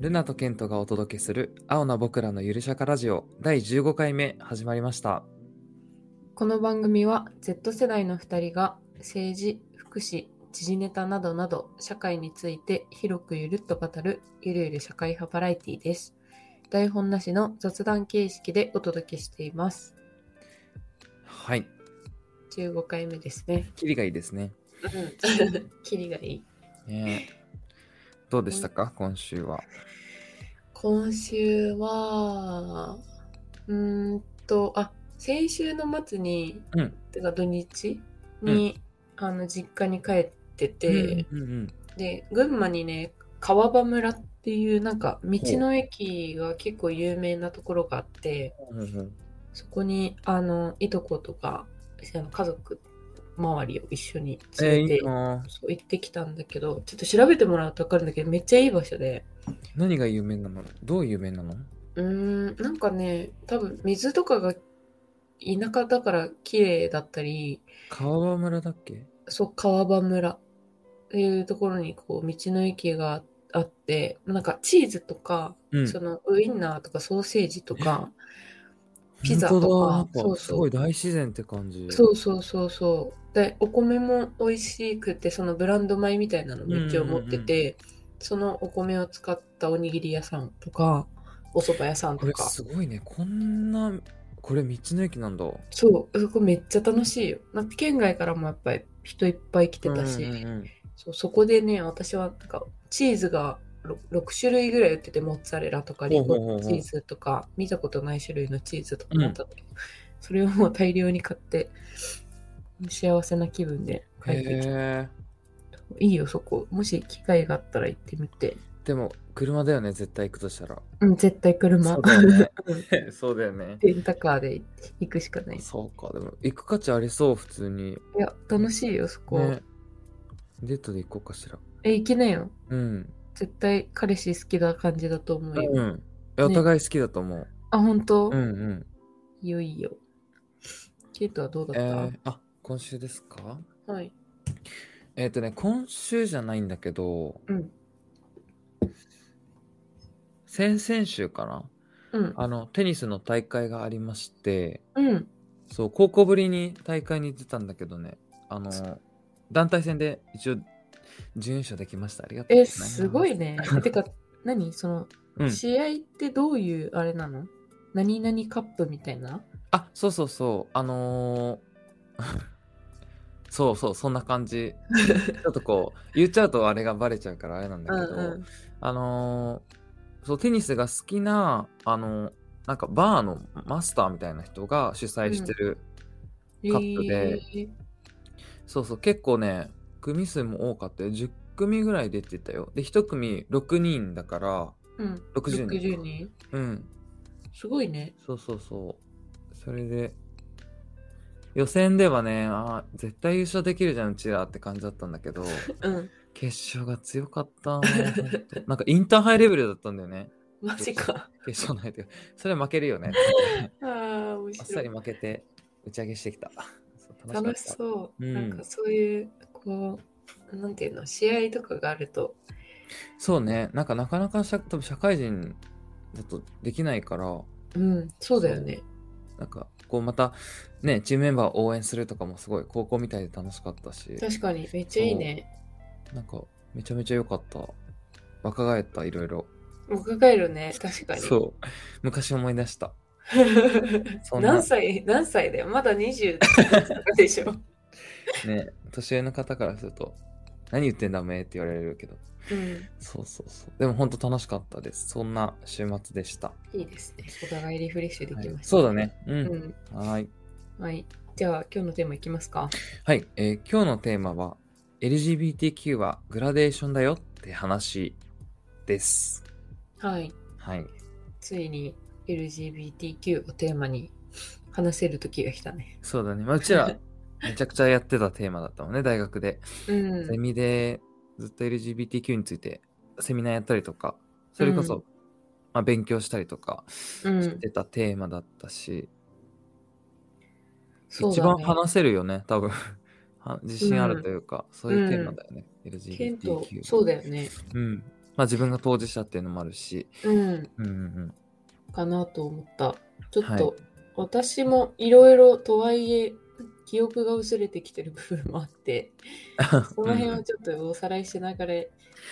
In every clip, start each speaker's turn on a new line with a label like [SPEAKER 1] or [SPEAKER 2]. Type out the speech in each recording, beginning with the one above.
[SPEAKER 1] ルナとケントがお届けする青な僕らのゆるしゃかラジオ第15回目始まりました。
[SPEAKER 2] この番組は Z 世代の2人が政治、福祉、時事ネタなどなど社会について広くゆるっと語るゆるゆる社会派バラエティです。台本なしの雑談形式でお届けしています。
[SPEAKER 1] はい。
[SPEAKER 2] 15回目ですね。
[SPEAKER 1] キリがいいですね。
[SPEAKER 2] キリがいい。
[SPEAKER 1] ねえどうでしたか今週は。
[SPEAKER 2] 今週は、うーんと、あ、先週の末に、
[SPEAKER 1] うん
[SPEAKER 2] てか土日に、あの実家に帰ってて、
[SPEAKER 1] うんうんうん
[SPEAKER 2] で群馬にね川場村っていうなんか道の駅が結構有名なところがあって
[SPEAKER 1] うんうん
[SPEAKER 2] そこにあのいとことかあの家族周りを一緒に
[SPEAKER 1] えー、
[SPEAKER 2] 連れて、
[SPEAKER 1] いいな
[SPEAKER 2] そう行ってきたんだけどちょっと調べてもらうと分かるんだけどめっちゃいい場所で
[SPEAKER 1] 何が有名なのどう有名なの
[SPEAKER 2] うーんなんかね多分水とかが田舎だから綺麗だったり
[SPEAKER 1] 川場村だっけ
[SPEAKER 2] そう、川場村っていうところに、こう、道の駅があって、なんかチーズとか、
[SPEAKER 1] うん
[SPEAKER 2] そのウインナーとかソーセージ とか、ピザ
[SPEAKER 1] 本当だ
[SPEAKER 2] とか
[SPEAKER 1] なん
[SPEAKER 2] そうそう
[SPEAKER 1] すごい大自然って感じ。
[SPEAKER 2] そうそうそうそう。で、お米も美味しくて、そのブランド米みたいなのめっちゃ持ってて、そのお米を使ったおにぎり屋さんとか、お蕎麦屋さん
[SPEAKER 1] ことれ
[SPEAKER 2] か。
[SPEAKER 1] すごいね。こんな、これ道の駅なんだ。
[SPEAKER 2] そう、そこめっちゃ楽しいよ。なんか県外からもやっぱり人いっぱい来てたし、
[SPEAKER 1] うんうんうん
[SPEAKER 2] そうそこでね私はなんかチーズが 6, 種類ぐらい売っててモッツァレラとかリン
[SPEAKER 1] ほ
[SPEAKER 2] ゴ
[SPEAKER 1] うほうほう
[SPEAKER 2] の
[SPEAKER 1] ほう
[SPEAKER 2] チーズとか見たことない種類のチーズとかあったんだけど、それをもう大量に買って幸せな気分で帰ってきた、
[SPEAKER 1] へえ。
[SPEAKER 2] いいよそこもし機会があったら行ってみて
[SPEAKER 1] でも、車だよね、絶対行くとしたら。
[SPEAKER 2] うん絶対車、
[SPEAKER 1] そうだよね。そうだよね。
[SPEAKER 2] レンタカーで行くしかないい
[SPEAKER 1] そうか、でも行く価値ありそう、普通に。
[SPEAKER 2] や楽しいよそこ、
[SPEAKER 1] ね、デートで行こうかしら。
[SPEAKER 2] え行きなよ
[SPEAKER 1] うん。
[SPEAKER 2] 絶対彼氏好きな感じだと思うよ、
[SPEAKER 1] うん。えお互い好きだと思う。
[SPEAKER 2] あ本当、
[SPEAKER 1] うんうん。
[SPEAKER 2] いよいよケイトはどうだ
[SPEAKER 1] え
[SPEAKER 2] った、
[SPEAKER 1] ー、あ今週ですか
[SPEAKER 2] はい
[SPEAKER 1] えっ、とね、今週じゃないんだけど、
[SPEAKER 2] うん
[SPEAKER 1] 先々週かな
[SPEAKER 2] うん
[SPEAKER 1] あの、テニスの大会がありまして、
[SPEAKER 2] うん
[SPEAKER 1] そう、高校ぶりに大会に出たんだけどね、あの、団体戦で一応、準優勝できました。ありがとう
[SPEAKER 2] え、
[SPEAKER 1] ございます。
[SPEAKER 2] すごい ね。てか、何その、
[SPEAKER 1] うん。
[SPEAKER 2] 試合ってどういうあれなの何々カップみたいな
[SPEAKER 1] あ、そうそうそう、あのー そうそう、そんな感 じ。ちょっとこう、言っちゃうとあれがバレちゃうからあれなんだけど、あのーそう、テニスが好きな、あのーなんかバーのマスターみたいな人が主催してる、カップで
[SPEAKER 2] えー
[SPEAKER 1] そうそう、結構ね、組数も多かったよ。10組ぐらい出てたよ。で、1組6人だから、
[SPEAKER 2] うん、
[SPEAKER 1] 60人か
[SPEAKER 2] 60人
[SPEAKER 1] うん、
[SPEAKER 2] すごいね。
[SPEAKER 1] そうそうそう。それで、予選ではね、あー絶対優勝できるじゃん、うちらって感じだったんだ けど、
[SPEAKER 2] うん。
[SPEAKER 1] 決勝が強かったな。ほんとなんかインターハイレベルだったんだよね。
[SPEAKER 2] マジか。
[SPEAKER 1] 決勝ないというかそれは負けるよね。
[SPEAKER 2] ああ、面
[SPEAKER 1] あっさ
[SPEAKER 2] 白
[SPEAKER 1] り
[SPEAKER 2] い。
[SPEAKER 1] 負けて、打ち上げしてきた。そう
[SPEAKER 2] 楽
[SPEAKER 1] 楽
[SPEAKER 2] し
[SPEAKER 1] しかった。
[SPEAKER 2] そう。
[SPEAKER 1] うん
[SPEAKER 2] なんかそういう、こう、なんていうの、試合とかがあると。
[SPEAKER 1] そうね、なんかなかなか社多分社会人だとできないから、
[SPEAKER 2] うん、そうだよね。
[SPEAKER 1] なんかこうまたね、チームメンバーを応援するとかもすごい高校みたいで楽しかったし、
[SPEAKER 2] 確かに、めっちゃいいね。
[SPEAKER 1] なんかめちゃめちゃ良かった。若返った、いろいろ。
[SPEAKER 2] 僕帰るね、確かに。
[SPEAKER 1] そう。昔思い出した。 そんな
[SPEAKER 2] 何歳、何歳だよ。まだ20でしょ。
[SPEAKER 1] ね、年上の方からすると、何言ってんだおめえって言われるけど。
[SPEAKER 2] うん。
[SPEAKER 1] そうそうそう。でも本当楽しかったです。そんな週末でした。
[SPEAKER 2] いいですね。お互いリフレッシュでき
[SPEAKER 1] は
[SPEAKER 2] ま
[SPEAKER 1] い
[SPEAKER 2] した、
[SPEAKER 1] そうだ。ね。う。
[SPEAKER 2] うんん。
[SPEAKER 1] はーい。
[SPEAKER 2] はい。じゃあ、今日のテーマいきますか。
[SPEAKER 1] はい、えー今日のテーマは LGBTQ はグラデーションだよって話です。
[SPEAKER 2] はい。
[SPEAKER 1] はい。
[SPEAKER 2] ついに LGBTQ をテーマに話せる時が来たね。
[SPEAKER 1] そうだね。まあ、うち らめちゃくちゃやってたテーマだったもんね、大学で。
[SPEAKER 2] う
[SPEAKER 1] ゼ
[SPEAKER 2] ん。
[SPEAKER 1] ミでずっと LGBTQ についてセミナーやったりとか、それこそ、
[SPEAKER 2] う
[SPEAKER 1] まあ、勉強したりとか
[SPEAKER 2] うん
[SPEAKER 1] してたテーマだったし、
[SPEAKER 2] そう
[SPEAKER 1] 一
[SPEAKER 2] だ
[SPEAKER 1] 番
[SPEAKER 2] ね。
[SPEAKER 1] 話せるよね、多分。 は自信あるというか、そういうテーマだよね、
[SPEAKER 2] ケント、
[SPEAKER 1] LGBTQ。
[SPEAKER 2] そうだよね。
[SPEAKER 1] うん。まあ、自分が当事者っていうのもあるし、
[SPEAKER 2] う
[SPEAKER 1] う
[SPEAKER 2] ん、
[SPEAKER 1] んうん
[SPEAKER 2] かなと思った。ちょっ
[SPEAKER 1] はい
[SPEAKER 2] と、私もいろいろとはいえ、記憶が薄れてきてる部分も あって、
[SPEAKER 1] うん、
[SPEAKER 2] その辺をちょっとおさらいしながら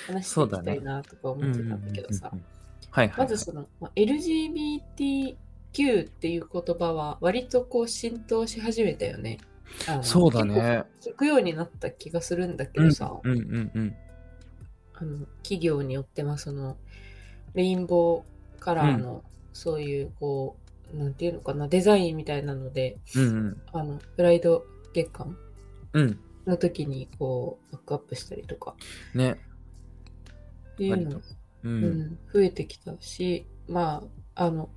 [SPEAKER 2] 話していきたいなとか思ってたんだけどさ
[SPEAKER 1] う、んうんうんうん。はいはい、
[SPEAKER 2] まずその、まあ LGBTQ っていう言葉は割とこう浸透し始めたよね。あの
[SPEAKER 1] そうだ。ね。
[SPEAKER 2] 結構聞くようになった気がするんだけどさ、
[SPEAKER 1] うんうんうん。
[SPEAKER 2] あの企業によってはそのレインボーカラーの、そういうこうなんていうのかなデザインみたいなので
[SPEAKER 1] うん
[SPEAKER 2] あのプライド月間
[SPEAKER 1] うん。うん。
[SPEAKER 2] の時にこうバックアップしたりとか
[SPEAKER 1] ね。
[SPEAKER 2] っていうの
[SPEAKER 1] 割う。
[SPEAKER 2] うんん、増えてきたしまああの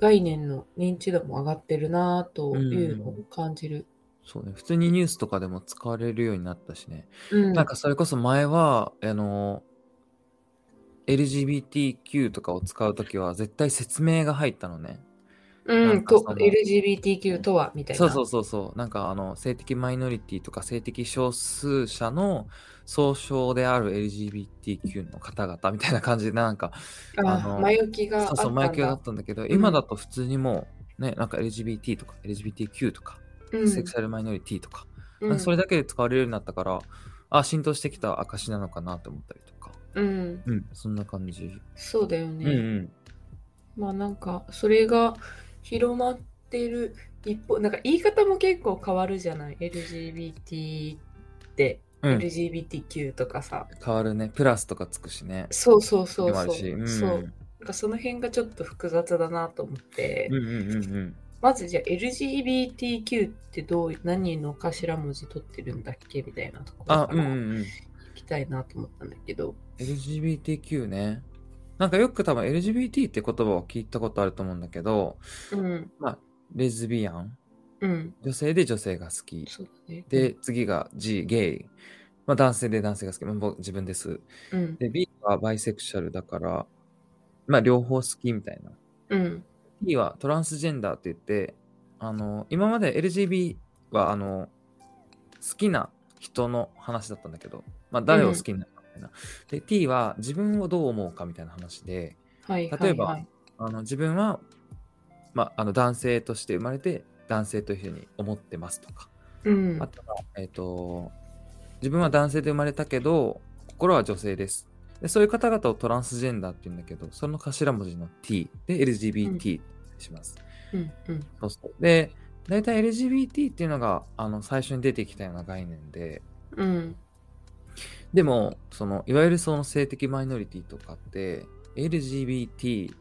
[SPEAKER 2] 概念の認知度も上がってるなぁというのを感じる。
[SPEAKER 1] そうね。普通にニュースとかでも使われるようになったしね。
[SPEAKER 2] うん
[SPEAKER 1] なんかそれこそ前は、あの、LGBTQ とかを使うときは絶対説明が入ったのね。
[SPEAKER 2] う
[SPEAKER 1] なん
[SPEAKER 2] ん、
[SPEAKER 1] か
[SPEAKER 2] と
[SPEAKER 1] その
[SPEAKER 2] LGBTQ とはみたいな。
[SPEAKER 1] そうそうそうそう。なんかあの、性的マイノリティとか性的少数者の総称である LGBTQ の方々みたいな感じでなんかあ
[SPEAKER 2] あ
[SPEAKER 1] の
[SPEAKER 2] 前置きがあっ
[SPEAKER 1] そう
[SPEAKER 2] た
[SPEAKER 1] そうん前置きがあ
[SPEAKER 2] だ
[SPEAKER 1] っ。たんだけど、
[SPEAKER 2] ん
[SPEAKER 1] 今だと普通にもうねなんか LGBT とか LGBTQ とか、
[SPEAKER 2] うん
[SPEAKER 1] セクシャルマイノリティとか,、
[SPEAKER 2] うん
[SPEAKER 1] それだけで使われるようになったからあ浸透してきた証なのかなと思ったりとか
[SPEAKER 2] うん、
[SPEAKER 1] うんそんな感じ、
[SPEAKER 2] そうだよね。
[SPEAKER 1] うん
[SPEAKER 2] まあなんかそれが広まってる一方なんか言い方も結構変わるじゃない LGBT って、
[SPEAKER 1] うんうん
[SPEAKER 2] LGBTQ とかさ
[SPEAKER 1] 変わるねプラスとかつくしね
[SPEAKER 2] そうそうそう
[SPEAKER 1] でもあ
[SPEAKER 2] そ
[SPEAKER 1] る
[SPEAKER 2] う,、
[SPEAKER 1] しうん
[SPEAKER 2] そうなんかその辺がちょっと複雑だなと思って、
[SPEAKER 1] うんうんうんうん
[SPEAKER 2] まずじゃあ LGBTQ ってどう何の頭文字取ってるんだっけみたいなところ
[SPEAKER 1] あ
[SPEAKER 2] か
[SPEAKER 1] うんう
[SPEAKER 2] ら
[SPEAKER 1] ん
[SPEAKER 2] 聞
[SPEAKER 1] うん
[SPEAKER 2] きたいなと思ったんだけど
[SPEAKER 1] LGBTQ ねなんかよく多分 LGBT って言葉を聞いたことあると思うんだけど
[SPEAKER 2] うん
[SPEAKER 1] まあレズビアン
[SPEAKER 2] うん
[SPEAKER 1] 女性で女性が好き
[SPEAKER 2] そうだね
[SPEAKER 1] で、次が G、ゲイ。まあ、男性で男性が好き。まあ、僕自分です。
[SPEAKER 2] うん
[SPEAKER 1] で、B はバイセクシャルだから、まあ、両方好きみたいな。
[SPEAKER 2] うん、
[SPEAKER 1] T はトランスジェンダーって言って、あの、今まで LGB は、あの、好きな人の話だったんだけど、まあ、誰を好きになるかみたいな。で、T は自分をどう思うかみたいな話で、
[SPEAKER 2] はいはい
[SPEAKER 1] 例えば
[SPEAKER 2] はい
[SPEAKER 1] あの自分は、まあ、あの男性として生まれて、男性というふうに思ってますとか、
[SPEAKER 2] うん
[SPEAKER 1] あとは、えっ、と、自分は男性で生まれたけど、心は女性です。でそういう方々をトランスジェンダーって言うんだけど、その頭文字の t で LGBT します。
[SPEAKER 2] うんうん
[SPEAKER 1] そうそう。で、大体 LGBT っていうのが、あの、最初に出てきたような概念で、
[SPEAKER 2] うん
[SPEAKER 1] でも、その、いわゆるその性的マイノリティとかって、LGBT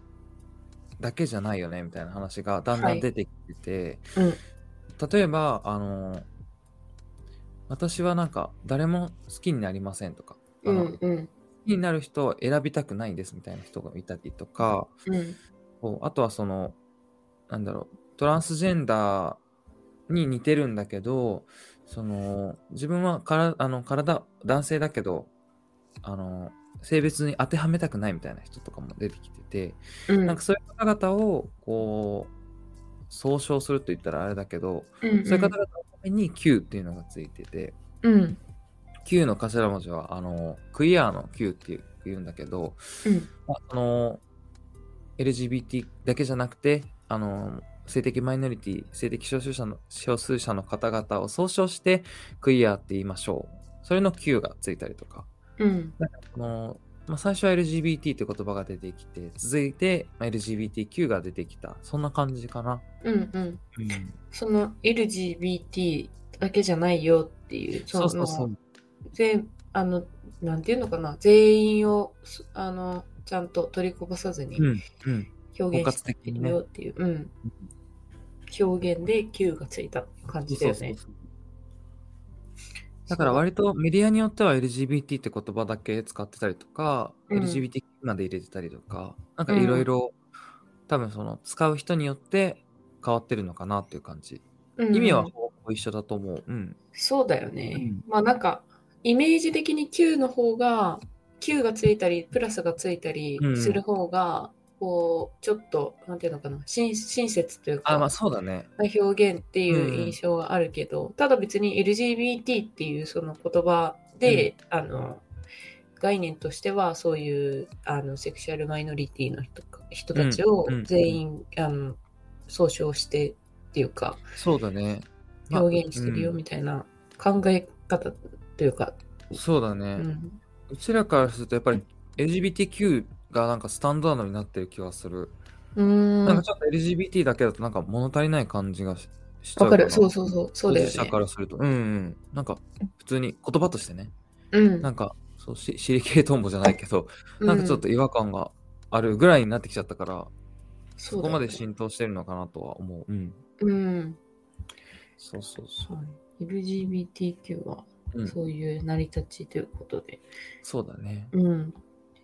[SPEAKER 1] だけじゃないよね、みたいな話がだんだ
[SPEAKER 2] は
[SPEAKER 1] ん
[SPEAKER 2] い
[SPEAKER 1] 出てきてて、
[SPEAKER 2] うん
[SPEAKER 1] 例えばあの私はなんか誰も好きになりませんとか、
[SPEAKER 2] う
[SPEAKER 1] あの好
[SPEAKER 2] んうん
[SPEAKER 1] きになる人を選びたくないんですみたいな人がいたりとか、
[SPEAKER 2] うん
[SPEAKER 1] こうあとはそのなんだろうトランスジェンダーに似てるんだけどその自分はからあの体男性だけどあの性別に当てはめたくないみたいな人とかも出てきてて、
[SPEAKER 2] うん
[SPEAKER 1] なんかそういう方々をこう総称すると言ったらあれだけど、
[SPEAKER 2] うんうん
[SPEAKER 1] そういう方々のために Q っていうのがついてて、
[SPEAKER 2] うん。
[SPEAKER 1] Q の頭文字は、あの、クイアの Q っていう言うんだけど、
[SPEAKER 2] うん。
[SPEAKER 1] まあ、その、LGBT だけじゃなくて、あの、性的マイノリティ、性的少数者の少数者の方々を総称して、クイアって言いましょう。それの Q がついたりとか、
[SPEAKER 2] うん。
[SPEAKER 1] この、まあ、最初は LGBT って言葉が出てきて、続いてまあ LGBTQ が出てきた。そんな感じかな。
[SPEAKER 2] うん。うん。
[SPEAKER 1] うん、
[SPEAKER 2] その LGBT だけじゃないよっていう、
[SPEAKER 1] そうそうそ
[SPEAKER 2] の
[SPEAKER 1] う。
[SPEAKER 2] 全、あの、なんていうのかな、全員を、すあの、ちゃんと取りこぼさずに
[SPEAKER 1] うん、うん。
[SPEAKER 2] 表現
[SPEAKER 1] 包
[SPEAKER 2] し
[SPEAKER 1] 括
[SPEAKER 2] て
[SPEAKER 1] 的に
[SPEAKER 2] る
[SPEAKER 1] ね
[SPEAKER 2] よっていう、うん。表現で Q がついた感じだよね。
[SPEAKER 1] だから割とメディアによっては LGBT って言葉だけ使ってたりとか、
[SPEAKER 2] うん
[SPEAKER 1] LGBT まで入れてたりとか、なんかいろいろ多分その使う人によって変わってるのかなっていう感じ。
[SPEAKER 2] うん
[SPEAKER 1] 意味はほぼ一緒だと思う。うん。
[SPEAKER 2] そうだよね。
[SPEAKER 1] うん
[SPEAKER 2] まあなんか、イメージ的に Q の方が、Q がついたり、プラスがついたり
[SPEAKER 1] うん
[SPEAKER 2] する方が、こう、ちょっと、なんていうのかな、親親切というか、
[SPEAKER 1] あ、まあそうだね。
[SPEAKER 2] 表現っていう
[SPEAKER 1] うん
[SPEAKER 2] 印象があるけど、ただ別に LGBT っていうその言葉で、あの、概念としてはそういうあのセクシュアルマイノリティの人か人たちを
[SPEAKER 1] うんうん
[SPEAKER 2] 全員、あの総称してっていうか
[SPEAKER 1] そうだね。まあ
[SPEAKER 2] 表現してるよ
[SPEAKER 1] うん
[SPEAKER 2] みたいな考え方というか、
[SPEAKER 1] そうだ
[SPEAKER 2] う
[SPEAKER 1] ね、
[SPEAKER 2] ん
[SPEAKER 1] うちらからするとやっぱり LGBTQ がなんかスタンダードになってる気がする。
[SPEAKER 2] うーん
[SPEAKER 1] なんかちょっと LGBT だけだとなんか物足りない感じがししちゃ
[SPEAKER 2] わ
[SPEAKER 1] う
[SPEAKER 2] か
[SPEAKER 1] な
[SPEAKER 2] るそうそうそうそうだよ
[SPEAKER 1] 当事者
[SPEAKER 2] ね
[SPEAKER 1] からすると。うんうん。なんか普通に言葉としてね、
[SPEAKER 2] うん
[SPEAKER 1] なんかそうしシリケートンボじゃないけど、なんかちょっと
[SPEAKER 2] うん
[SPEAKER 1] 違和感があるぐらいになってきちゃったから、
[SPEAKER 2] そ
[SPEAKER 1] そう
[SPEAKER 2] だ
[SPEAKER 1] こ
[SPEAKER 2] よね
[SPEAKER 1] まで浸透してるのかなとは思う。うん。
[SPEAKER 2] うん
[SPEAKER 1] そうそうそ
[SPEAKER 2] そうね LGBTQ は
[SPEAKER 1] う。うん、
[SPEAKER 2] そういう成り立ちということで、
[SPEAKER 1] そうだね。
[SPEAKER 2] うん、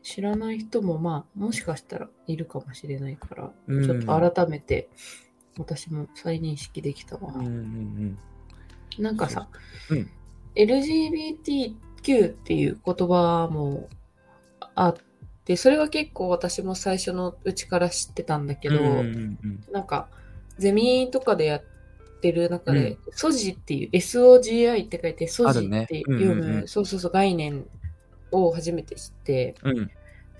[SPEAKER 2] 知らない人もまあもしかしたらいるかもしれないから、
[SPEAKER 1] うん
[SPEAKER 2] ちょっと改めて私も再認識できたわ、
[SPEAKER 1] うんうんうん。
[SPEAKER 2] なんかさ、
[SPEAKER 1] そううん、
[SPEAKER 2] LGBTQ っていう言葉もあってそれは結構私も最初のうちから知ってたんだけど、
[SPEAKER 1] うんうんうん
[SPEAKER 2] なんかゼミとかでやってる中で、
[SPEAKER 1] うん
[SPEAKER 2] ソジっていう SOGI って書いてソジ
[SPEAKER 1] ある
[SPEAKER 2] っ
[SPEAKER 1] ね
[SPEAKER 2] て
[SPEAKER 1] うんうん
[SPEAKER 2] 読
[SPEAKER 1] うん
[SPEAKER 2] む、そうそうそう概念を初めて知って
[SPEAKER 1] うん。うん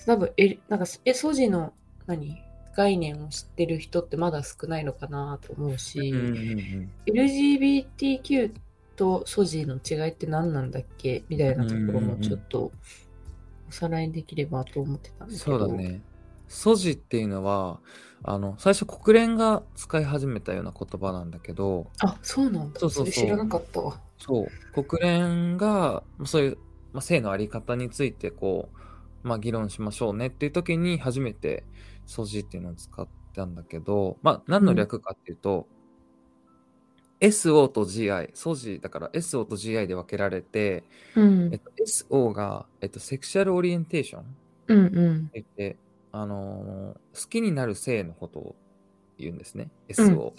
[SPEAKER 2] 多分えなんかえソジの何概念を知ってる人ってまだ少ないのかなと思うし、
[SPEAKER 1] うんうんうん。
[SPEAKER 2] LGBTQ とソジの違いって何なんだっけみたいなところもちょっとおさらいできればと思ってたんだけ
[SPEAKER 1] そ
[SPEAKER 2] ど
[SPEAKER 1] うだね。ソジっていうのはあの最初国連が使い始めたような言葉なんだけど
[SPEAKER 2] あそうなんだ
[SPEAKER 1] そうそうそう
[SPEAKER 2] れ知らなかったわ
[SPEAKER 1] そう国連がまあそういう、まあ、性のあり方についてこう、まあ、議論しましょうねっていう時に初めてソジっていうのを使ったんだけど、まあ、何の略かっていうと、SO と GI ソジだから SO と GI で分けられて、
[SPEAKER 2] うん
[SPEAKER 1] えっと、SO が、えっと、セクシャルオリエンテーション
[SPEAKER 2] うんうん
[SPEAKER 1] 言って、あのー好きになる性のことを言うんですね。S を。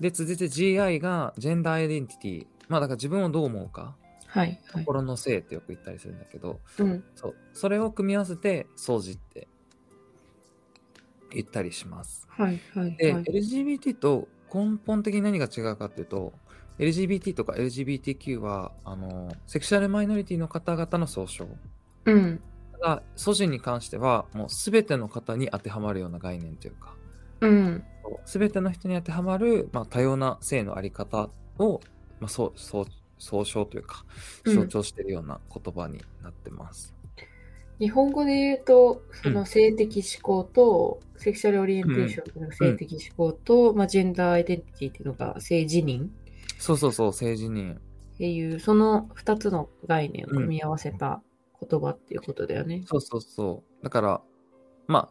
[SPEAKER 1] で、続いて GI がジェンダーアイデンティティ。まあだから自分をどう思うか。
[SPEAKER 2] はいはい
[SPEAKER 1] 心の性ってよく言ったりするんだけど、
[SPEAKER 2] うん
[SPEAKER 1] そう。それを組み合わせて、掃除って言ったりします。
[SPEAKER 2] はいはい
[SPEAKER 1] で、
[SPEAKER 2] はい
[SPEAKER 1] LGBT と根本的に何が違うかっていうと、LGBT とか LGBTQ は、あのーセクシャルマイノリティの方々の総称。
[SPEAKER 2] うん
[SPEAKER 1] ただ、ソジに関しては、もうすべての方に当てはまるような概念というか、
[SPEAKER 2] うん
[SPEAKER 1] すべての人に当てはまる、まあ、多様な性のあり方を、まあ、そうそう総称というか、
[SPEAKER 2] うん
[SPEAKER 1] 象徴しているような言葉になってます。
[SPEAKER 2] 日本語で言うとそうの
[SPEAKER 1] ん
[SPEAKER 2] 性的指向と、セクシャルオリエンテーションっていうのが性的指向と、まあ、ジェンダーアイデンティティっていうのが性自認
[SPEAKER 1] そうそうそう、性自認。
[SPEAKER 2] っていうその2つの概念を組み合わせた言葉っていうことだよね。
[SPEAKER 1] そうそうそう。だから、まあ、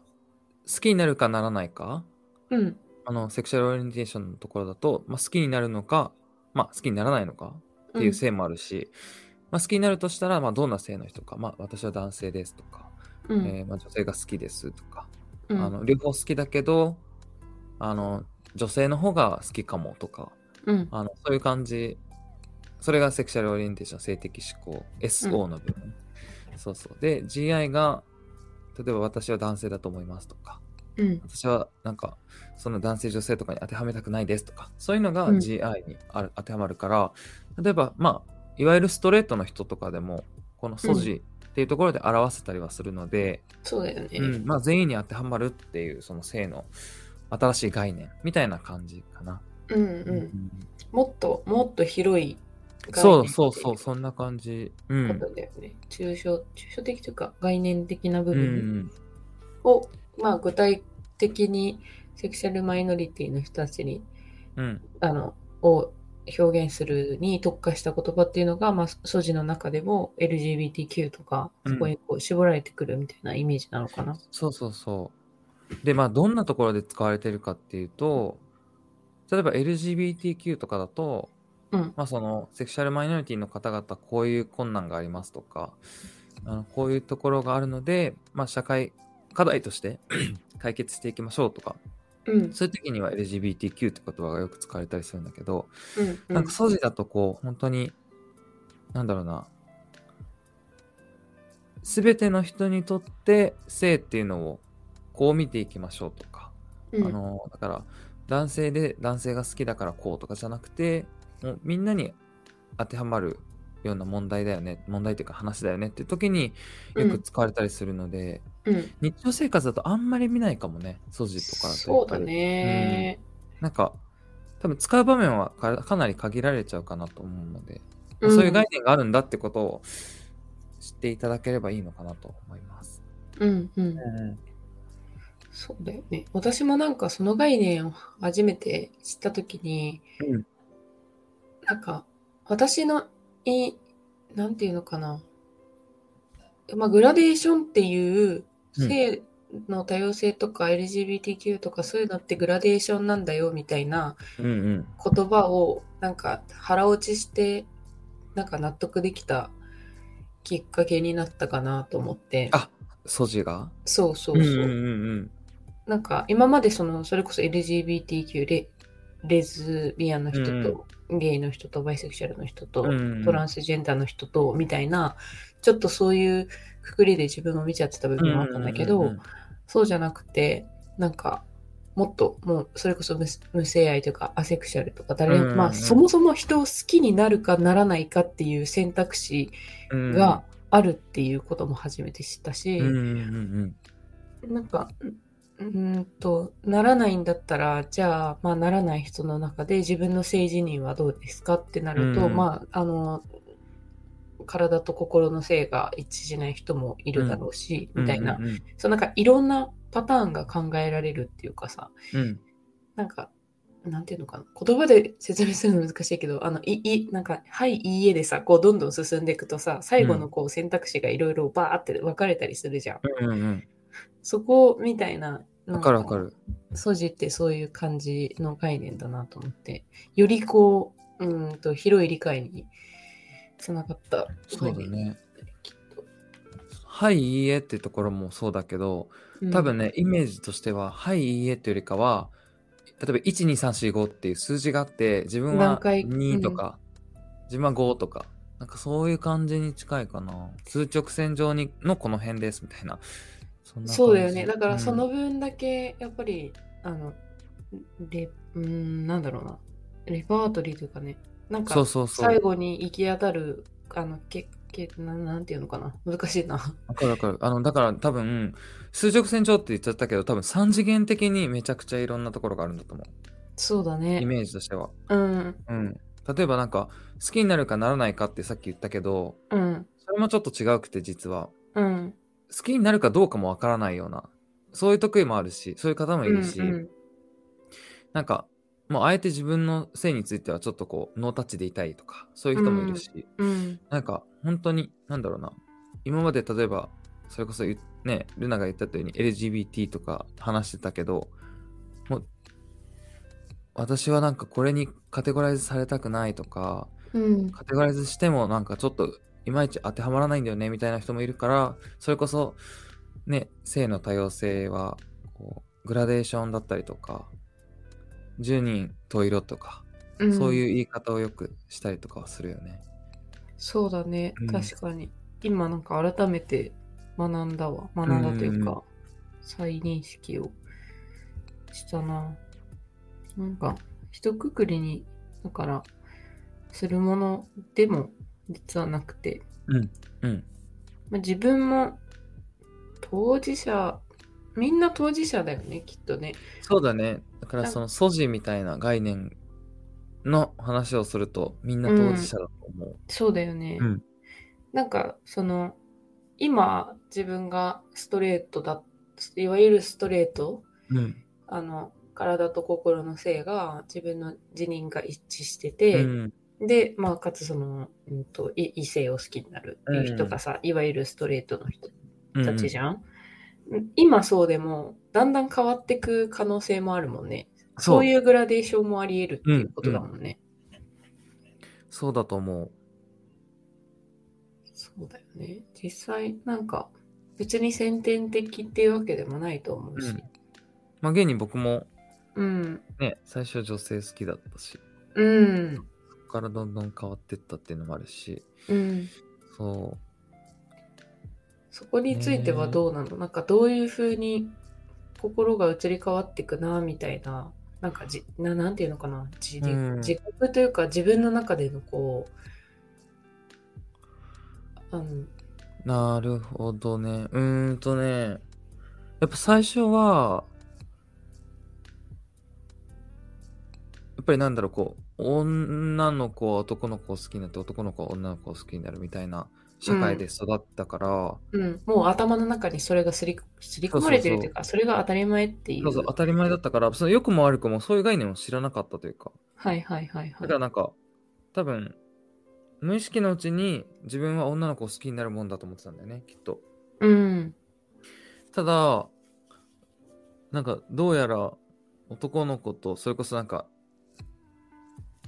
[SPEAKER 1] 好きになるかならないか、
[SPEAKER 2] うん、
[SPEAKER 1] あの、セクシャルオリエンテーションのところだと、まあ、好きになるのか、まあ、好きにならないのかっていう性もあるし、まあ、好きになるとしたら、まあ、どんな性の人か、まあ、私は男性ですとか、
[SPEAKER 2] うん
[SPEAKER 1] えーまあ、女性が好きですとか、
[SPEAKER 2] うん
[SPEAKER 1] あの両方好きだけどあの女性の方が好きかもとか
[SPEAKER 2] うん
[SPEAKER 1] あのそういう感じそれがセクシャルオリエンテーション性的指向 SO の部分、そうそうで GI が例えば私は男性だと思いますとか
[SPEAKER 2] うん
[SPEAKER 1] 私はなんかその男性女性とかに当てはめたくないですとかそういうのが
[SPEAKER 2] うん
[SPEAKER 1] GI にある、当てはまるから例えばまあいわゆるストレートの人とかでもこの素地っていうところで表せたりはするので、
[SPEAKER 2] そうだよね。
[SPEAKER 1] うん、まあ全員に当てはまるっていうその性の新しい概念みたいな感じかな。
[SPEAKER 2] うん
[SPEAKER 1] う
[SPEAKER 2] うんもっともっと広い概
[SPEAKER 1] そ
[SPEAKER 2] 念
[SPEAKER 1] うそうそう
[SPEAKER 2] って
[SPEAKER 1] そんな感じ。う
[SPEAKER 2] いうんこ。とだよね。抽象抽象的というか概念的な部
[SPEAKER 1] うんう
[SPEAKER 2] 分
[SPEAKER 1] ん、
[SPEAKER 2] を、まあ、具体的にセクシャルマイノリティの人たちに
[SPEAKER 1] うん
[SPEAKER 2] あのを表現するに特化した言葉っていうのが、まあ、素地の中でも LGBTQ とか
[SPEAKER 1] うん
[SPEAKER 2] そこにこう絞られてくるみたいなイメージなのかな。
[SPEAKER 1] そうそうそう。でまあどんなところで使われてるかっていうと例えば LGBTQ とかだと、
[SPEAKER 2] うん
[SPEAKER 1] まあ、そのセクシャルマイノリティの方々こういう困難がありますとかあのこういうところがあるので、まあ、社会課題として 解決していきましょうとか
[SPEAKER 2] うん
[SPEAKER 1] そういう時には LGBTQ って言葉がよく使われたりするんだけど、
[SPEAKER 2] うんう
[SPEAKER 1] なんんか素地だとこう、本当に、なんだろうな、すべての人にとって性っていうのをこう見ていきましょうとか、
[SPEAKER 2] うん
[SPEAKER 1] あの、だから男性で男性が好きだからこうとかじゃなくて、もうみんなに当てはまるような問題だよね問題というか話だよねっていう時によく使われたりするので、
[SPEAKER 2] うん、
[SPEAKER 1] 日常生活だとあんまり見ないかもね素地とかだとや
[SPEAKER 2] そ
[SPEAKER 1] っ
[SPEAKER 2] う
[SPEAKER 1] ぱ
[SPEAKER 2] だ
[SPEAKER 1] り
[SPEAKER 2] ね、
[SPEAKER 1] なんか多分使う場面はかかなり限られちゃうかなと思うので、まあそういう概念があるんだってことを知っていただければいいのかなと思います。
[SPEAKER 2] うんうんそうだよね。私もなんかその概念を初めて知ったときに、
[SPEAKER 1] うん
[SPEAKER 2] なんか私のい、なんていうのかな。まあ、グラデーションっていう
[SPEAKER 1] うん
[SPEAKER 2] 性の多様性とか LGBTQ とかそういうのってグラデーションなんだよみたいな
[SPEAKER 1] うんうん
[SPEAKER 2] 言葉をなんか腹落ちしてなんか納得できたきっかけになったかなと思って。
[SPEAKER 1] あ素地が
[SPEAKER 2] そうそうそう。
[SPEAKER 1] んうんうん
[SPEAKER 2] なんか今までそのそれこそ LGBTQ レレズビアンの人と、ゲイの人とバイセクシャルの人と、
[SPEAKER 1] うんうん
[SPEAKER 2] トランスジェンダーの人とみたいなちょっとそういうくくりで自分を見ちゃってた部分もあったんだけど、
[SPEAKER 1] うんうんうん
[SPEAKER 2] そうじゃなくてなんかもっともうそれこそ無無性愛とかアセクシャルとか誰、
[SPEAKER 1] うんうん
[SPEAKER 2] まあそもそも人を好きになるかならないかっていう選択肢
[SPEAKER 1] うんうん
[SPEAKER 2] があるっていうことも初めて知ったし、
[SPEAKER 1] うんうんうん
[SPEAKER 2] なんか、ううーんと、ならないんだったら、じゃあ、まあ、ならない人の中で自分の性自認はどうですかってなると、
[SPEAKER 1] うん
[SPEAKER 2] まあ、あの、体と心の性が一致しない人もいるだろうし、
[SPEAKER 1] うん
[SPEAKER 2] みたいな、
[SPEAKER 1] うんうん
[SPEAKER 2] そうなんかいろんなパターンが考えられるっていうかさ、
[SPEAKER 1] うん
[SPEAKER 2] なんか、なんていうのかな、言葉で説明するの難しいけど、あの、い、い、なんか、はい、いいえでさ、こう、どんどん進んでいくとさ、最後のこう、選択肢がいろいろバーって分かれたりするじゃん。
[SPEAKER 1] うんうん
[SPEAKER 2] そこみたいな。
[SPEAKER 1] うん
[SPEAKER 2] な
[SPEAKER 1] わ
[SPEAKER 2] ん
[SPEAKER 1] かるわかる
[SPEAKER 2] 素地ってそういう感じの概念だなと思って、よりこう、うーんと広い理解につながった
[SPEAKER 1] そう
[SPEAKER 2] 概
[SPEAKER 1] だ
[SPEAKER 2] 念
[SPEAKER 1] ね
[SPEAKER 2] きっと。
[SPEAKER 1] はいいいえってところもそうだけど
[SPEAKER 2] うん
[SPEAKER 1] 多分ね、イメージとしては、はい、いいえというよりかは、例えば、1、2、3、4、5っていう数字があって、自分
[SPEAKER 2] 段
[SPEAKER 1] は
[SPEAKER 2] 階
[SPEAKER 1] 2とか、自分は5とか、なんかそういう感じに近いかな。数直線上にのこの辺ですみたいな。そんな感じ
[SPEAKER 2] そうだよね。だからそ、
[SPEAKER 1] う
[SPEAKER 2] の
[SPEAKER 1] ん
[SPEAKER 2] 分だけ、やっぱり、あの、レ、うーん、なんだろうな。レパートリーというかね、なん
[SPEAKER 1] そ
[SPEAKER 2] か
[SPEAKER 1] うそうそう。
[SPEAKER 2] 最後に行き当たる、あの、け、け、なんなんていうのかな。難しいな。
[SPEAKER 1] わかるわかる。あの、だから多分、数直線上って言っちゃったけど、多分3次元的にめちゃくちゃいろんなところがあるんだと思う。
[SPEAKER 2] そうだ
[SPEAKER 1] イ
[SPEAKER 2] ね。
[SPEAKER 1] メージとしては。
[SPEAKER 2] うん、
[SPEAKER 1] うん。例えばなんか、好きになるかならないかってさっき言ったけど、
[SPEAKER 2] うん、
[SPEAKER 1] それもちょっと違うくて、実は。
[SPEAKER 2] うん。
[SPEAKER 1] 好きになるかどうかもわからないようなそういう得意もあるしそういう方もいるし、
[SPEAKER 2] うんうん
[SPEAKER 1] なんかもうあえて自分の性についてはちょっとこうノータッチでいたいとかそういう人もいるし、
[SPEAKER 2] うん、
[SPEAKER 1] なんか本当になんだろうな今まで例えばそれこそ言うねルナが言ったように LGBT とか話してたけどもう私はなんかこれにカテゴライズされたくないとか
[SPEAKER 2] うん、
[SPEAKER 1] カテゴライズしてもなんかちょっといまいち当てはまらないんだよねみたいな人もいるからそれこそね性の多様性はこうグラデーションだったりとか10人十色とか、
[SPEAKER 2] うん
[SPEAKER 1] そういう言い方をよくしたりとかはするよね。
[SPEAKER 2] そうだね、
[SPEAKER 1] うん
[SPEAKER 2] 確かに。今なんか改めて学んだわ。学んだというか、
[SPEAKER 1] うん
[SPEAKER 2] 再認識をしたな。なんか、一括りに、だから、するものでも実はなくて、
[SPEAKER 1] うん、
[SPEAKER 2] まあ、自分も当事者、みんな当事者だよね、きっとね。
[SPEAKER 1] そうだねだからその素地みたいな概念の話をするとみんな当事者だと思う。
[SPEAKER 2] そうだよね。
[SPEAKER 1] うん
[SPEAKER 2] なんかその今自分がストレートだいわゆるストレート
[SPEAKER 1] うん
[SPEAKER 2] あの体と心の性が自分の自認が一致してて、
[SPEAKER 1] うん
[SPEAKER 2] で、まあ、かつその、うん、とい異性を好きになるっていう人がさ、いわゆるストレートの人
[SPEAKER 1] うん
[SPEAKER 2] たちじゃん、ん今そうでもだんだん変わってく可能性もあるもんね
[SPEAKER 1] そ
[SPEAKER 2] そうういうグラデーションもあり得るっていうことだもんね、
[SPEAKER 1] そうだと思う。
[SPEAKER 2] そうだよね。実際、なんか、別に先天的っていうわけでもないと思うし。
[SPEAKER 1] まあ現に僕も
[SPEAKER 2] うん。
[SPEAKER 1] ね最初女性好きだったし
[SPEAKER 2] うん。
[SPEAKER 1] そこからどんどん変わってったっていうのもあるし
[SPEAKER 2] うん。
[SPEAKER 1] そ
[SPEAKER 2] そこについてはどうなの、なんか、どういうふうに心が移り変わっていくな、みたいな。なんかじな、なんていうのかな。自,、
[SPEAKER 1] うん
[SPEAKER 2] 自覚というか、自分の中でのこう、あの
[SPEAKER 1] なるほどね。うーんとね。やっぱ最初は、やっぱりなんだろう、こう、女の子は男の子を好きになって、男の子は女の子を好きになるみたいな社会で育ったから、
[SPEAKER 2] うん、もう頭の中にそれがすりすり込まれてるというかそれが当たり前っていう
[SPEAKER 1] そうそう当たり前だったから、その良くも悪くもそういう概念を知らなかったというか、
[SPEAKER 2] はいはいはいは
[SPEAKER 1] だ
[SPEAKER 2] い
[SPEAKER 1] からなんか、多分、無意識のうちに自分は女の子を好きになるもんだと思ってたんだよね、きっと。
[SPEAKER 2] うん
[SPEAKER 1] ただなんかどうやら男の子とそれこそなんか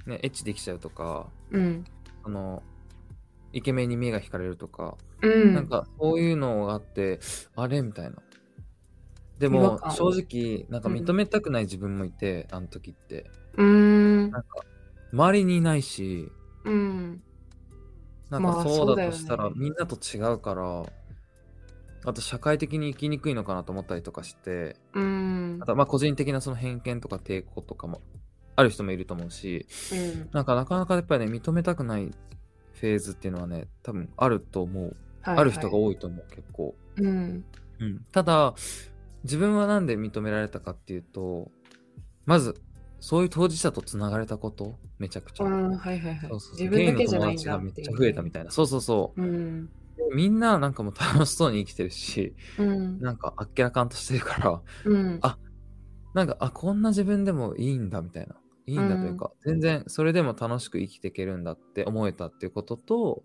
[SPEAKER 1] ねエッチできちゃうとか
[SPEAKER 2] うん
[SPEAKER 1] あのイケメンに目が引かれるとか、
[SPEAKER 2] うん
[SPEAKER 1] なんかそういうのがあってあれみたいなで
[SPEAKER 2] 違
[SPEAKER 1] も
[SPEAKER 2] 和感
[SPEAKER 1] 正直なんか認めたくない自分もいて、あの時って
[SPEAKER 2] うーん
[SPEAKER 1] なんか周りにいないし
[SPEAKER 2] うん
[SPEAKER 1] なん
[SPEAKER 2] ま
[SPEAKER 1] か
[SPEAKER 2] あ
[SPEAKER 1] そう
[SPEAKER 2] そうだ
[SPEAKER 1] だ
[SPEAKER 2] よ
[SPEAKER 1] と
[SPEAKER 2] ね
[SPEAKER 1] したら、みんなと違うからあと社会的に生きにくいのかなと思ったりとかして
[SPEAKER 2] うん
[SPEAKER 1] あとはまあ個人的なその偏見とか抵抗とかもある人もいると思うし、
[SPEAKER 2] うん
[SPEAKER 1] なんかなかなかやっぱりね、認めたくないフェーズっていうのはね、多分あると思う。ある人が
[SPEAKER 2] い、
[SPEAKER 1] 多いと思う、結構。
[SPEAKER 2] うん
[SPEAKER 1] うん、ただ、自分はなんで認められたかっていうと、まず、そういう当事者とつながれたこと、めちゃくちゃ。
[SPEAKER 2] うんはいはいはい
[SPEAKER 1] そうそう
[SPEAKER 2] 自分だけじゃないん
[SPEAKER 1] ゲイの
[SPEAKER 2] だ
[SPEAKER 1] 友達がめ
[SPEAKER 2] っ
[SPEAKER 1] ってちゃ増えたみたいな。そうそうそ
[SPEAKER 2] うん
[SPEAKER 1] う。みんななんかもう楽しそうに生きてるし、
[SPEAKER 2] うん
[SPEAKER 1] なんかあっけらかんとしてるから、
[SPEAKER 2] うん
[SPEAKER 1] あなんか、あ、こんな自分でもいいんだみたいな。いいんだというか、全然それでも楽しく生きていけるんだって思えたっていうことと、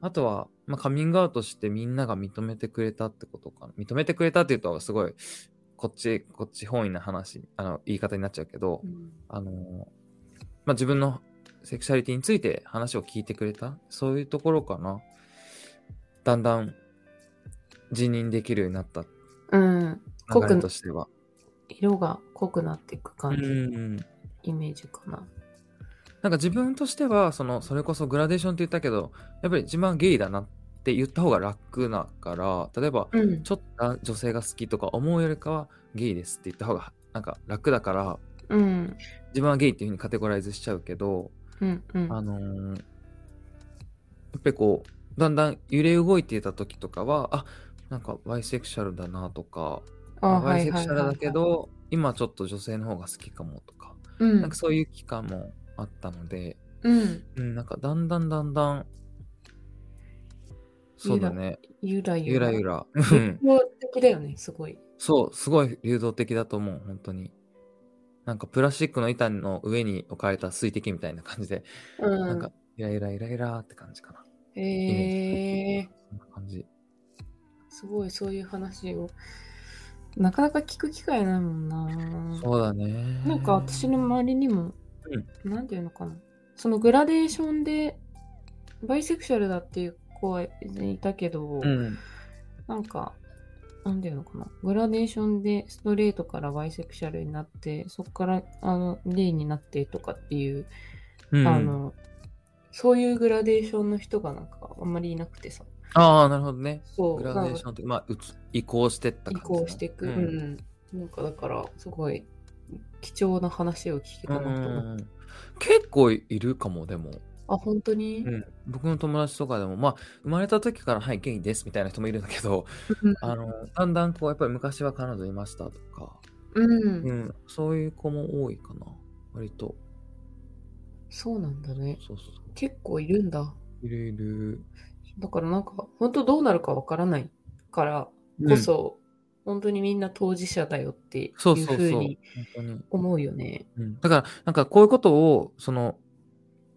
[SPEAKER 1] あとは、まあ、カミングアウトしてみんなが認めてくれたってことかな。認めてくれたっていうと、すごい、こっち、こっち本位な話、あの、言い方になっちゃうけど、
[SPEAKER 2] うん
[SPEAKER 1] あのーまあ、自分のセクシャリティについて話を聞いてくれた、そういうところかな。だんだん、辞任できるようになった
[SPEAKER 2] うん濃
[SPEAKER 1] 流
[SPEAKER 2] く
[SPEAKER 1] れとしては。
[SPEAKER 2] 色が濃くなっていく感じ、
[SPEAKER 1] うん
[SPEAKER 2] イメージかな
[SPEAKER 1] なんか自分としてはそのそれこそグラデーションって言ったけどやっぱり自分はゲイだなって言った方が楽だから例えば
[SPEAKER 2] うん
[SPEAKER 1] ちょっと女性が好きとか思うよりかはゲイですって言った方がなんか楽だから
[SPEAKER 2] うん
[SPEAKER 1] 自分はゲイっていう風にカテゴライズしちゃうけど
[SPEAKER 2] うんうん
[SPEAKER 1] あのーやっぱりこうだんだん揺れ動いていた時とかはあなんかバイセクシャルだなとかあバイセクシャルだけ、ど今ちょっと女性の方が好きかもとか
[SPEAKER 2] はいはいはいはい
[SPEAKER 1] なんかそういう期間もあったので。
[SPEAKER 2] うん、うん、
[SPEAKER 1] うん、なんかだんだんだんだん、そうだね、
[SPEAKER 2] ゆらゆ
[SPEAKER 1] ゆ
[SPEAKER 2] ら。
[SPEAKER 1] らゆら。うん
[SPEAKER 2] 流動的だよね、すごい。
[SPEAKER 1] そう、すごい流動的だと思う、本当に。なんかプラスチックの板の上に置かれた水滴みたいな感じで、
[SPEAKER 2] うん、
[SPEAKER 1] なんか、ゆらゆらゆらゆらって感じかな。
[SPEAKER 2] へえ
[SPEAKER 1] そんな感じ。
[SPEAKER 2] すごいそういう話を。なかなか聞く機会ないもんな。
[SPEAKER 1] そうだね。
[SPEAKER 2] なんか私の周りにも、なんていうのかな。そのグラデーションで、バイセクシャルだっていう子はいたけど、
[SPEAKER 1] うん。
[SPEAKER 2] なんか、なんていうのかな。グラデーションでストレートからバイセクシャルになって、そこからあのゲイになってとかっていう
[SPEAKER 1] うん、
[SPEAKER 2] あの、そういうグラデーションの人がなんかあんまりいなくてさ、
[SPEAKER 1] あー、なるほどね。
[SPEAKER 2] そう、
[SPEAKER 1] グラデーションって、まあ、うつ移行してった
[SPEAKER 2] 移
[SPEAKER 1] 感じだね。
[SPEAKER 2] 行していく、
[SPEAKER 1] う
[SPEAKER 2] うん
[SPEAKER 1] ん。
[SPEAKER 2] なんかだから、すごい貴重な話を聞けたなと思って。
[SPEAKER 1] うん結構いるかも、でも。
[SPEAKER 2] あ、本当に、
[SPEAKER 1] うん、僕の友達とかでも、まあ、生まれた時から、はい、ゲイですみたいな人もいるんだけど、
[SPEAKER 2] うん
[SPEAKER 1] あの、だんだんこう、やっぱり昔は彼女いましたとか、
[SPEAKER 2] うん、
[SPEAKER 1] うん、そういう子も多いかな、割と。
[SPEAKER 2] そうなんだね。
[SPEAKER 1] そうそう。
[SPEAKER 2] 結構いるんだ。
[SPEAKER 1] いるいる。
[SPEAKER 2] だからなんか、本当どうなるかわからないからこそ、本当にみんな当事者だよっていうふ
[SPEAKER 1] そうそうそう。
[SPEAKER 2] う
[SPEAKER 1] 本
[SPEAKER 2] に
[SPEAKER 1] 当に。
[SPEAKER 2] 思うよね。
[SPEAKER 1] うん、だから、なんかこういうことを、その、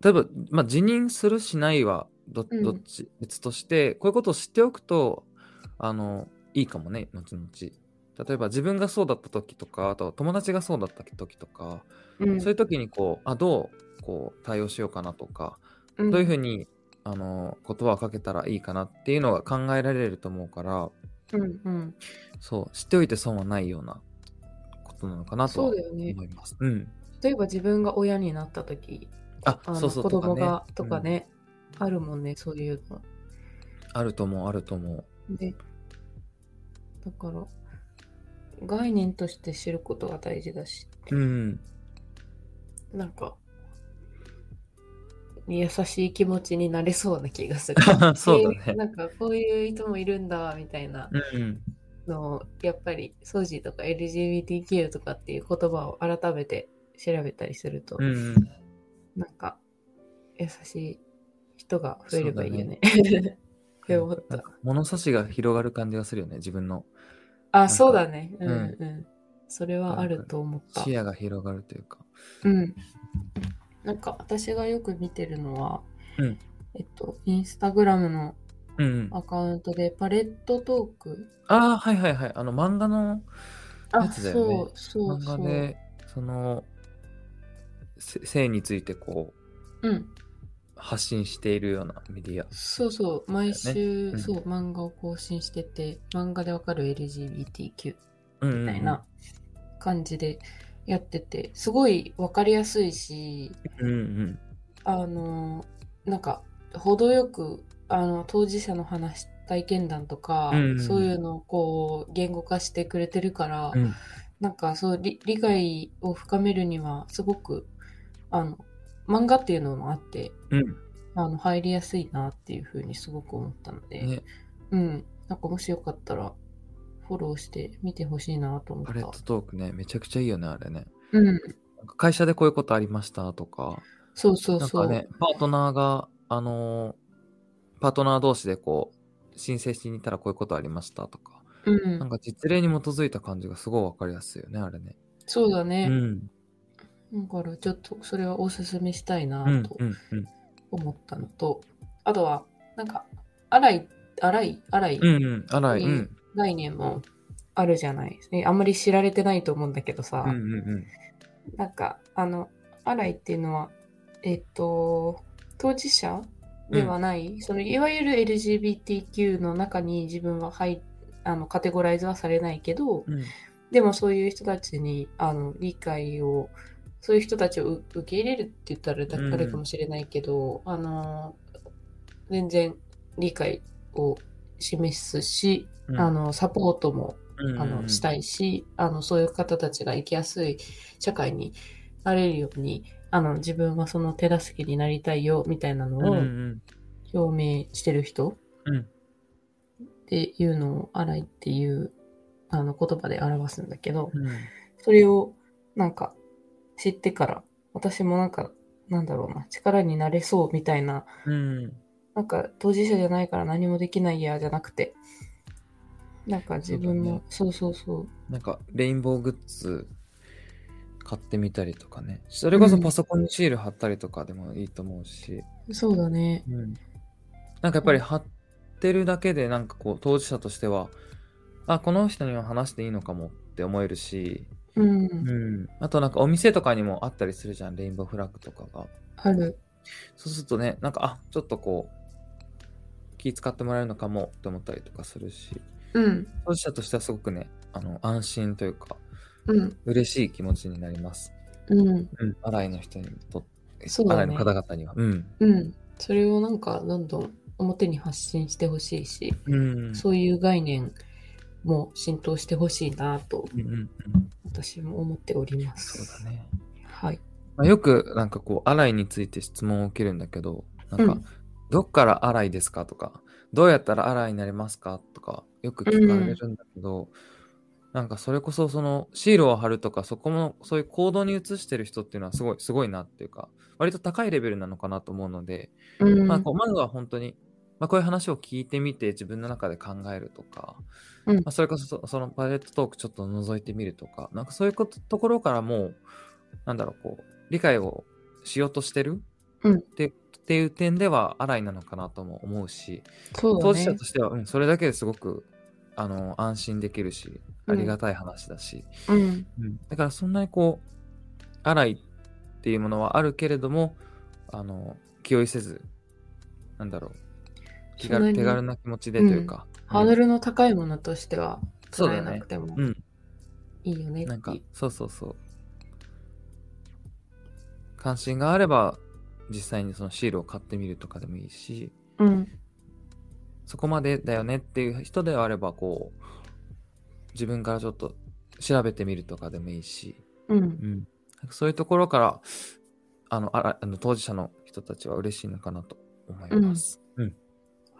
[SPEAKER 1] 例えば、まあ、辞任するしないはど、
[SPEAKER 2] うん
[SPEAKER 1] どっち、別として、こういうことを知っておくと、あの、いいかもね、後々。例えば自分がそうだった時とか、あと友達がそうだった時とか、
[SPEAKER 2] うん
[SPEAKER 1] そういう時にこう、あ、どう、こう、対応しようかなとか、
[SPEAKER 2] うん
[SPEAKER 1] どういうふうに、あの、言葉をかけたらいいかなっていうのが考えられると思うから、
[SPEAKER 2] うんうん、
[SPEAKER 1] そう、知っておいて損はないようなことなのかなと
[SPEAKER 2] そ
[SPEAKER 1] は
[SPEAKER 2] うだよね。
[SPEAKER 1] 思います。うん。
[SPEAKER 2] 例えば自分が親になった時
[SPEAKER 1] あ、
[SPEAKER 2] あの
[SPEAKER 1] そうそう、
[SPEAKER 2] 子供が
[SPEAKER 1] と
[SPEAKER 2] と
[SPEAKER 1] か
[SPEAKER 2] か
[SPEAKER 1] ね
[SPEAKER 2] ね、あるもんねそういうの
[SPEAKER 1] うんあると思う、あると思う。
[SPEAKER 2] でだから概念として知ることが大事だし、
[SPEAKER 1] うん。。
[SPEAKER 2] なんかに優しい気持ちになれそうな気がする
[SPEAKER 1] そうだね
[SPEAKER 2] えーなんかこういう人もいるんだみたいな
[SPEAKER 1] うん
[SPEAKER 2] のをやっぱりソージーとか LGBTQ とかっていう言葉を改めて調べたりすると、
[SPEAKER 1] うんうん
[SPEAKER 2] なんか優しい人が増えればいいよね。 って思っ
[SPEAKER 1] なん
[SPEAKER 2] た。
[SPEAKER 1] か物差しが広がる感じがするよね自分の
[SPEAKER 2] あ、そうだね。うんん
[SPEAKER 1] か
[SPEAKER 2] うん。それはあると思った
[SPEAKER 1] 視。野が広がるというか
[SPEAKER 2] うん。なんか私がよく見てるのは、
[SPEAKER 1] うん
[SPEAKER 2] えっと、インスタグラムの
[SPEAKER 1] うんうん
[SPEAKER 2] アカウントでパレットトーク
[SPEAKER 1] ああはいはいはいあの漫画のやつだよね
[SPEAKER 2] そうそう
[SPEAKER 1] 漫
[SPEAKER 2] そ
[SPEAKER 1] 画
[SPEAKER 2] う。
[SPEAKER 1] でそのせ性についてこう
[SPEAKER 2] うん、
[SPEAKER 1] 発信しているようなメディア
[SPEAKER 2] そうそう、毎週、
[SPEAKER 1] うん
[SPEAKER 2] そう、漫画を更新してて、漫画でわかる LGBTQ
[SPEAKER 1] み
[SPEAKER 2] みたいな感じでやってて、すごいわかりやすいし、
[SPEAKER 1] うんうん
[SPEAKER 2] あの、なんか、程よく、あの、当事者の話、体験談とか、
[SPEAKER 1] うん
[SPEAKER 2] そういうのをこう、言語化してくれてるから、
[SPEAKER 1] うん
[SPEAKER 2] なんかそう理理解を深めるにはすごくあの漫画っていうのもあって
[SPEAKER 1] うん
[SPEAKER 2] あの入りやすいなっていうふうにすごく思ったので、
[SPEAKER 1] ね
[SPEAKER 2] うんなんかもしよかったらフォローして見てほしいなと思
[SPEAKER 1] パ
[SPEAKER 2] っ
[SPEAKER 1] レッ
[SPEAKER 2] た
[SPEAKER 1] ト。トークねめちゃくちゃいいよねあれね
[SPEAKER 2] うん、
[SPEAKER 1] なんか会社でこういうことありましたとか
[SPEAKER 2] そうそう
[SPEAKER 1] なん
[SPEAKER 2] そ
[SPEAKER 1] か
[SPEAKER 2] う。
[SPEAKER 1] ねパートナーがあのーパートナー同士でこう申請しに行ったらこういうことありましたとか
[SPEAKER 2] うん
[SPEAKER 1] なんか実例に基づいた感じがすごいわかりやすいよねあれね
[SPEAKER 2] そうだ
[SPEAKER 1] う
[SPEAKER 2] ね。
[SPEAKER 1] ん
[SPEAKER 2] だからちょっとそれはおすすめしたいな
[SPEAKER 1] うん
[SPEAKER 2] と
[SPEAKER 1] うんうん
[SPEAKER 2] 思ったのと、あとはなんか荒い荒い荒い
[SPEAKER 1] うんうん荒い
[SPEAKER 2] いい
[SPEAKER 1] うん
[SPEAKER 2] 概念もあるじゃない、ねあんまり知られてないと思うんだけどさ、
[SPEAKER 1] うんうんうん
[SPEAKER 2] なんか、あの、アライっていうのは、えっと、当事者ではない、その、いわゆる LGBTQ の中に自分は入あのカテゴライズはされないけど、
[SPEAKER 1] うん
[SPEAKER 2] でもそういう人たちにあの理解を、そういう人たちをう受け入れるって言ったらだ
[SPEAKER 1] うん
[SPEAKER 2] あれかもしれないけど、あの、全然理解を示すし、
[SPEAKER 1] うん
[SPEAKER 2] あの、サポートも
[SPEAKER 1] うんうん
[SPEAKER 2] あのしたいしあのそういう方たちが生きやすい社会になれるようにあの自分はその手助けになりたいよみたいなの
[SPEAKER 1] うんう
[SPEAKER 2] を
[SPEAKER 1] ん
[SPEAKER 2] 表明してる人
[SPEAKER 1] うん
[SPEAKER 2] っていうのを「アライ」っていうあの言葉で表すんだけど
[SPEAKER 1] うん
[SPEAKER 2] それをなんか知ってから私もなんかなんだろうな力になれそうみたいな
[SPEAKER 1] うん
[SPEAKER 2] なんか当事者じゃないから何もできないやじゃなくてなんか自分もそうそうそう
[SPEAKER 1] なんかレインボーグッズ買ってみたりとかねそれこそパソコンにシール貼ったりとかでもいいと思うし、
[SPEAKER 2] そうだね
[SPEAKER 1] なんかやっぱり貼ってるだけでなんかこう当事者としてはあこの人には話していいのかもって思えるし、
[SPEAKER 2] うん
[SPEAKER 1] あとなんかお店とかにもあったりするじゃんレインボーフラッグとかが
[SPEAKER 2] ある。
[SPEAKER 1] そうするとねなんかあちょっとこう気使ってもらえるのかもって思ったりとかするし
[SPEAKER 2] うん。
[SPEAKER 1] 当事者としてはすごくねあの安心というか
[SPEAKER 2] うん。
[SPEAKER 1] 嬉しい気持ちになります
[SPEAKER 2] うん。
[SPEAKER 1] うん、アライの人にとって、
[SPEAKER 2] そう
[SPEAKER 1] ア
[SPEAKER 2] だ
[SPEAKER 1] ラ
[SPEAKER 2] ね
[SPEAKER 1] イの方々には。うん。
[SPEAKER 2] うん。それをなんか、どんどん表に発信してほしいし、
[SPEAKER 1] うん
[SPEAKER 2] そういう概念も浸透してほしいなと、
[SPEAKER 1] うんうん、
[SPEAKER 2] 私も思っております。
[SPEAKER 1] そうだね。
[SPEAKER 2] はい。
[SPEAKER 1] まあ、よく、なんかこう、アライについて質問を受けるんだけど、なんか、
[SPEAKER 2] うん
[SPEAKER 1] どっからアライですかとか、どうやったらアライになれますかとか、よく聞かれるんだけど、なんかそれこそそのシールを貼るとかそこもそういう行動に移してる人っていうのはすごいすごいなっていうか割と高いレベルなのかなと思うので、
[SPEAKER 2] うん
[SPEAKER 1] まあ、こうまずは本当に、まあ、こういう話を聞いてみて自分の中で考えるとか、
[SPEAKER 2] うん
[SPEAKER 1] まあ、それこそそそのパレットトークちょっと覗いてみるとかなんかそういうことところからもうなんだろうこう理解をしようとしてる、
[SPEAKER 2] うん
[SPEAKER 1] ってっていう点ではアライなのかなとも思うし、
[SPEAKER 2] そう
[SPEAKER 1] 当事
[SPEAKER 2] だね
[SPEAKER 1] 者と。しては、うん、それだけですごくあの安心できるしありがたい話だし、
[SPEAKER 2] うん。
[SPEAKER 1] だからそんなにこう、アライっていうものはあるけれども、あの、気負いせず、なんだろう、手
[SPEAKER 2] そんな
[SPEAKER 1] 軽
[SPEAKER 2] に
[SPEAKER 1] 手軽な気持ちでというか、
[SPEAKER 2] ハードルの高いものとしては、
[SPEAKER 1] そう
[SPEAKER 2] 捉
[SPEAKER 1] だ
[SPEAKER 2] え
[SPEAKER 1] ね
[SPEAKER 2] なくても
[SPEAKER 1] うん、
[SPEAKER 2] いいよね
[SPEAKER 1] う
[SPEAKER 2] っ
[SPEAKER 1] ん、
[SPEAKER 2] て
[SPEAKER 1] なんか
[SPEAKER 2] いう。、
[SPEAKER 1] そうそうそう。関心があれば、実際にそのシールを買ってみるとかでもいいし、
[SPEAKER 2] うん。
[SPEAKER 1] そこまでだよねっていう人であれば、こう、自分からちょっと調べてみるとかでもいいし、
[SPEAKER 2] うん。
[SPEAKER 1] うん、そういうところからあのあらあの当事者の人人たちは嬉しいのかなと思います。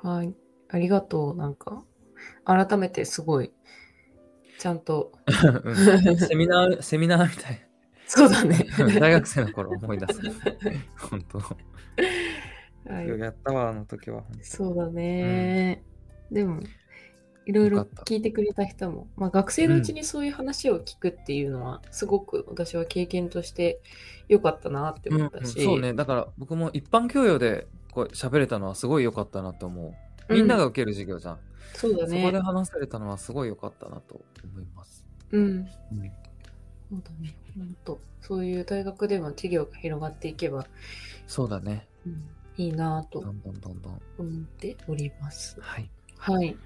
[SPEAKER 2] はい。ありがとう。なんか、改めてすごい、ちゃんと、
[SPEAKER 1] うんセミナー、セミナーみたいな。
[SPEAKER 2] そうだね。
[SPEAKER 1] うん大学生の頃思い出す。本当。
[SPEAKER 2] はい
[SPEAKER 1] よくやったわ、あの時は。本
[SPEAKER 2] そうだね、でもいろいろ
[SPEAKER 1] よかった
[SPEAKER 2] 聞いてくれた人も、まあ、学生のうちにそういう話を聞くっていうのはすごく私は経験として良かったなって
[SPEAKER 1] 当うんう
[SPEAKER 2] 思っ
[SPEAKER 1] ん
[SPEAKER 2] たし、
[SPEAKER 1] そうね、だから僕も一般教養でこう喋れたのはすごい良かったなと思う。みんなが受ける授業じゃん。
[SPEAKER 2] そうだ
[SPEAKER 1] そこで
[SPEAKER 2] ね
[SPEAKER 1] 話されたのはすごい良かったなと思います。
[SPEAKER 2] うん
[SPEAKER 1] うん
[SPEAKER 2] そうだね本当そういう大学でも授業が広がっていけば、
[SPEAKER 1] そうだね。
[SPEAKER 2] うんいいなぁ
[SPEAKER 1] ど
[SPEAKER 2] と
[SPEAKER 1] んどんどんどん。
[SPEAKER 2] 思っております
[SPEAKER 1] はい。
[SPEAKER 2] はい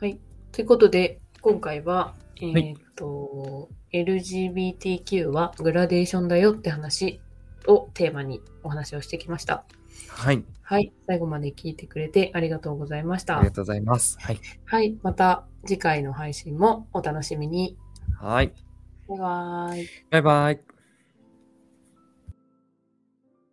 [SPEAKER 2] はいということで今回はえ
[SPEAKER 1] は
[SPEAKER 2] ー
[SPEAKER 1] い
[SPEAKER 2] っ、と、LGBTQ はグラデーションだよって話をテーマにお話をしてきました
[SPEAKER 1] はい。
[SPEAKER 2] はい、最後まで聞いてくれてありがとうございまし
[SPEAKER 1] あ
[SPEAKER 2] た
[SPEAKER 1] りが。とうございます。はい。
[SPEAKER 2] はい、また次回の配信もお楽しみに。
[SPEAKER 1] はい。
[SPEAKER 2] バイバイ。
[SPEAKER 1] バイバイ。